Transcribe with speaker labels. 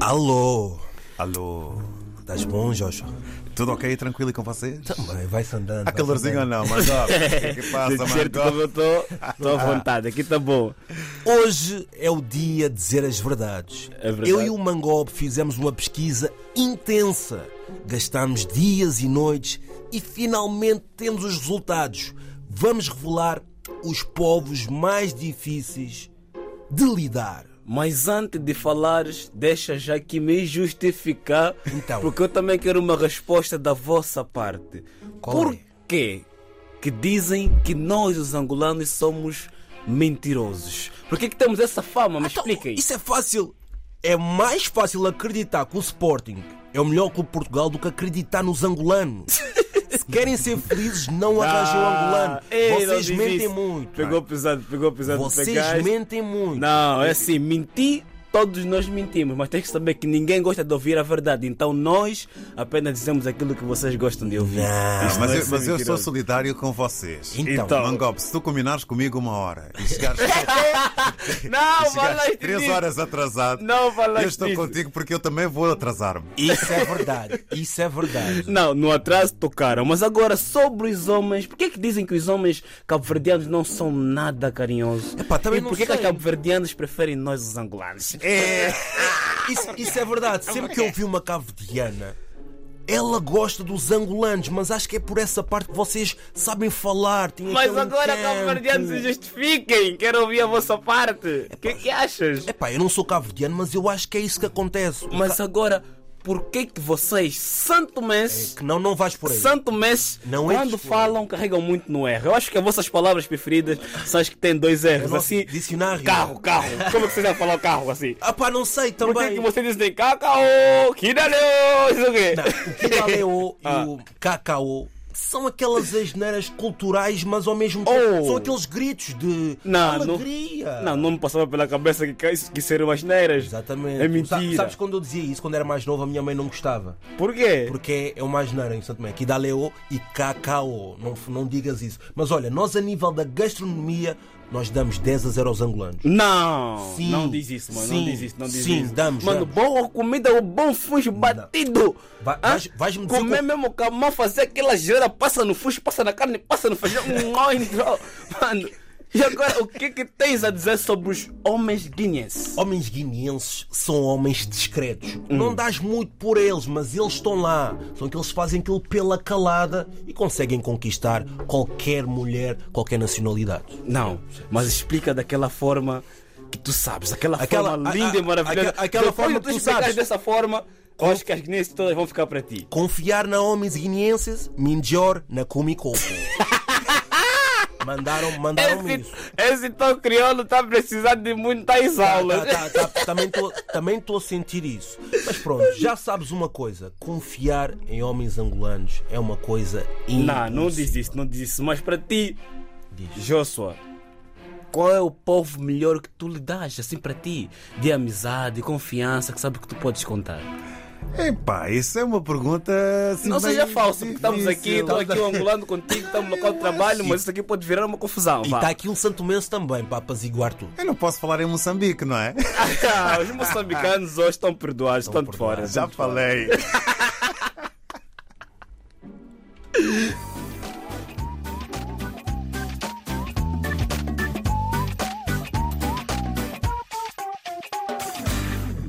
Speaker 1: Alô!
Speaker 2: Alô.
Speaker 1: Estás bom, Joshua?
Speaker 2: Tudo ok? Tranquilo e com vocês?
Speaker 3: Tá
Speaker 1: Também, vai-se andando.
Speaker 2: Há
Speaker 1: vai-se
Speaker 2: calorzinho ou
Speaker 1: andando.
Speaker 2: não? Mas ó, o que é que passa,
Speaker 3: De dizer
Speaker 2: mano?
Speaker 3: como eu estou
Speaker 1: Ah.
Speaker 3: à vontade, aqui está bom.
Speaker 1: Hoje é o dia de dizer as verdades.
Speaker 3: É verdade.
Speaker 1: Eu e o Mangob fizemos uma pesquisa intensa. Gastámos dias e noites e finalmente temos os resultados. Vamos revelar os povos mais difíceis de lidar.
Speaker 3: Mas antes de falares, deixa já que me justificar,
Speaker 1: Então.
Speaker 3: porque eu também quero uma resposta da vossa parte.
Speaker 1: Qual
Speaker 3: Por
Speaker 1: é?
Speaker 3: quê que dizem que nós, os angolanos, somos mentirosos? Por que, que temos essa fama? Me
Speaker 1: Então,
Speaker 3: explica isso.
Speaker 1: Isso é fácil. É mais fácil acreditar que o Sporting é o melhor clube de Portugal do que acreditar nos angolanos. Se querem ser felizes, não arranjem o é um angolano.
Speaker 3: Ah, ei, não
Speaker 1: Ah, Vocês
Speaker 3: diz
Speaker 1: mentem
Speaker 3: isso.
Speaker 1: muito.
Speaker 3: Pegou pesado, pegou pesado.
Speaker 1: Vocês
Speaker 3: pegaste.
Speaker 1: mentem muito.
Speaker 3: Não, é assim, mentir, todos nós mentimos, mas tem que saber que ninguém gosta de ouvir a verdade, então nós apenas dizemos aquilo que vocês gostam de ouvir.
Speaker 1: Não.
Speaker 3: Isso
Speaker 2: Mas,
Speaker 3: não é
Speaker 2: eu,
Speaker 3: ser
Speaker 2: mas eu sou
Speaker 3: mentiroso.
Speaker 2: solidário com vocês.
Speaker 1: Então.
Speaker 2: Mangob, se tu combinares comigo uma hora e chegares, e
Speaker 3: Não,
Speaker 2: chegares
Speaker 3: falaste
Speaker 2: três
Speaker 3: disso.
Speaker 2: horas atrasado,
Speaker 3: Não falaste
Speaker 2: eu estou
Speaker 3: disso.
Speaker 2: contigo porque eu também vou atrasar-me.
Speaker 1: Isso é verdade. Isso é verdade.
Speaker 3: Não, no atraso tocaram, mas agora sobre os homens, por que é que dizem que os homens cabo-verdianos não são nada carinhosos?
Speaker 1: Epá, também
Speaker 3: e
Speaker 1: não
Speaker 3: por que é que os
Speaker 1: sei.
Speaker 3: cabo-verdianos preferem nós os angolanos?
Speaker 1: É. Isso, isso é verdade. Sempre que eu vi uma cavediana, ela gosta dos angolanos, mas acho que é por essa parte que vocês sabem falar. têm
Speaker 3: Mas
Speaker 1: aquele
Speaker 3: agora
Speaker 1: encanto.
Speaker 3: cabo-verdianos se justifiquem, quero ouvir a vossa parte. O que é que achas?
Speaker 1: Epá, eu não sou cabo-verdiano, mas eu acho que é isso que acontece. O
Speaker 3: Mas agora, por que é que vocês, santo mês,
Speaker 1: Que não, não vais por aí.
Speaker 3: santo mês,
Speaker 1: Não é
Speaker 3: quando
Speaker 1: entres por
Speaker 3: falam, carregam muito no R? Eu acho que as vossas palavras preferidas são as que têm dois R's,
Speaker 1: É nosso
Speaker 3: assim...
Speaker 1: dicionário. né?
Speaker 3: Carro, carro. Como é que vocês já falam carro, assim?
Speaker 1: Ah pá, não sei
Speaker 3: Por que
Speaker 1: também.
Speaker 3: é que vocês dizem cacau, quidaleu, isso o quê?
Speaker 1: Não, o Kidaleo
Speaker 3: Ah.
Speaker 1: e o Cacao são aquelas asneiras culturais, mas ao mesmo tempo
Speaker 3: Oh.
Speaker 1: são aqueles gritos de
Speaker 3: Não, não,
Speaker 1: alegria.
Speaker 3: não, não me passava pela cabeça que, ca- isso que seriam as neiras.
Speaker 1: Exatamente.
Speaker 3: É
Speaker 1: Sa-
Speaker 3: mentira.
Speaker 1: Sabes quando eu dizia isso, quando era mais novo, a minha mãe não gostava.
Speaker 3: Por quê?
Speaker 1: Porque é uma asneira em Santo Tomé. Kidaleo e Cacao. Não, f- não digas isso. Mas olha, nós a nível da gastronomia, nós damos 10 a 0 aos angolanos.
Speaker 3: Não,
Speaker 1: Sim,
Speaker 3: não diz isso, mano.
Speaker 1: sim,
Speaker 3: não diz isso, não diz
Speaker 1: sim,
Speaker 3: isso.
Speaker 1: damos,
Speaker 3: mano,
Speaker 1: damos.
Speaker 3: boa comida, o bom fujo batido.
Speaker 1: Vai-
Speaker 3: Hã?
Speaker 1: vais- vais-me dizer
Speaker 3: Comer
Speaker 1: qual-
Speaker 3: mesmo com a mão, fazer aquela gera, passa no fujo, passa na carne, passa no feijão. Ai, não. mano, e agora o que que tens a dizer sobre os homens guinenses?
Speaker 1: Homens guineenses são homens discretos.
Speaker 3: Hum.
Speaker 1: Não dás muito por eles, mas eles estão lá. São aqueles que fazem aquilo pela calada e conseguem conquistar qualquer mulher, qualquer nacionalidade.
Speaker 3: Não, mas explica daquela forma que tu sabes, aquela,
Speaker 1: Aquela-
Speaker 3: forma
Speaker 1: a-
Speaker 3: linda
Speaker 1: a-
Speaker 3: e maravilhosa.
Speaker 1: aque- aquela
Speaker 3: Depois
Speaker 1: forma
Speaker 3: de
Speaker 1: que tu
Speaker 3: explicares
Speaker 1: sabes.
Speaker 3: dessa forma, eu acho que as guinenses todas vão ficar para ti.
Speaker 1: Confiar na homens guineenses, melhor na Kumikopo. mandaram mandaram me isso.
Speaker 3: Esse, esse tão crioulo tá precisando de muitas aulas.
Speaker 1: Tá, tá, tá, tá, também estou também tô a sentir isso. Mas pronto, já sabes uma coisa: confiar em homens angolanos é uma coisa
Speaker 3: Não, não
Speaker 1: impossível.
Speaker 3: diz isso, não diz isso. Mas para ti,
Speaker 1: Diz.
Speaker 3: Joshua, qual é o povo melhor que tu lhe das, assim, para ti? De amizade, de confiança, que sabe que tu podes contar.
Speaker 2: Epá, isso é uma pergunta. assim,
Speaker 3: Não
Speaker 2: meio
Speaker 3: seja falso, porque estamos aqui,
Speaker 2: difícil.
Speaker 3: estou aqui angolando contigo, estamos no local de trabalho, mas isso aqui pode virar uma confusão.
Speaker 1: E
Speaker 3: vá.
Speaker 1: está aqui um santomense também para apaziguar tudo.
Speaker 2: Eu não posso falar em Moçambique, não é?
Speaker 3: Os moçambicanos hoje estão perdoados, estão de fora.
Speaker 2: Já falei.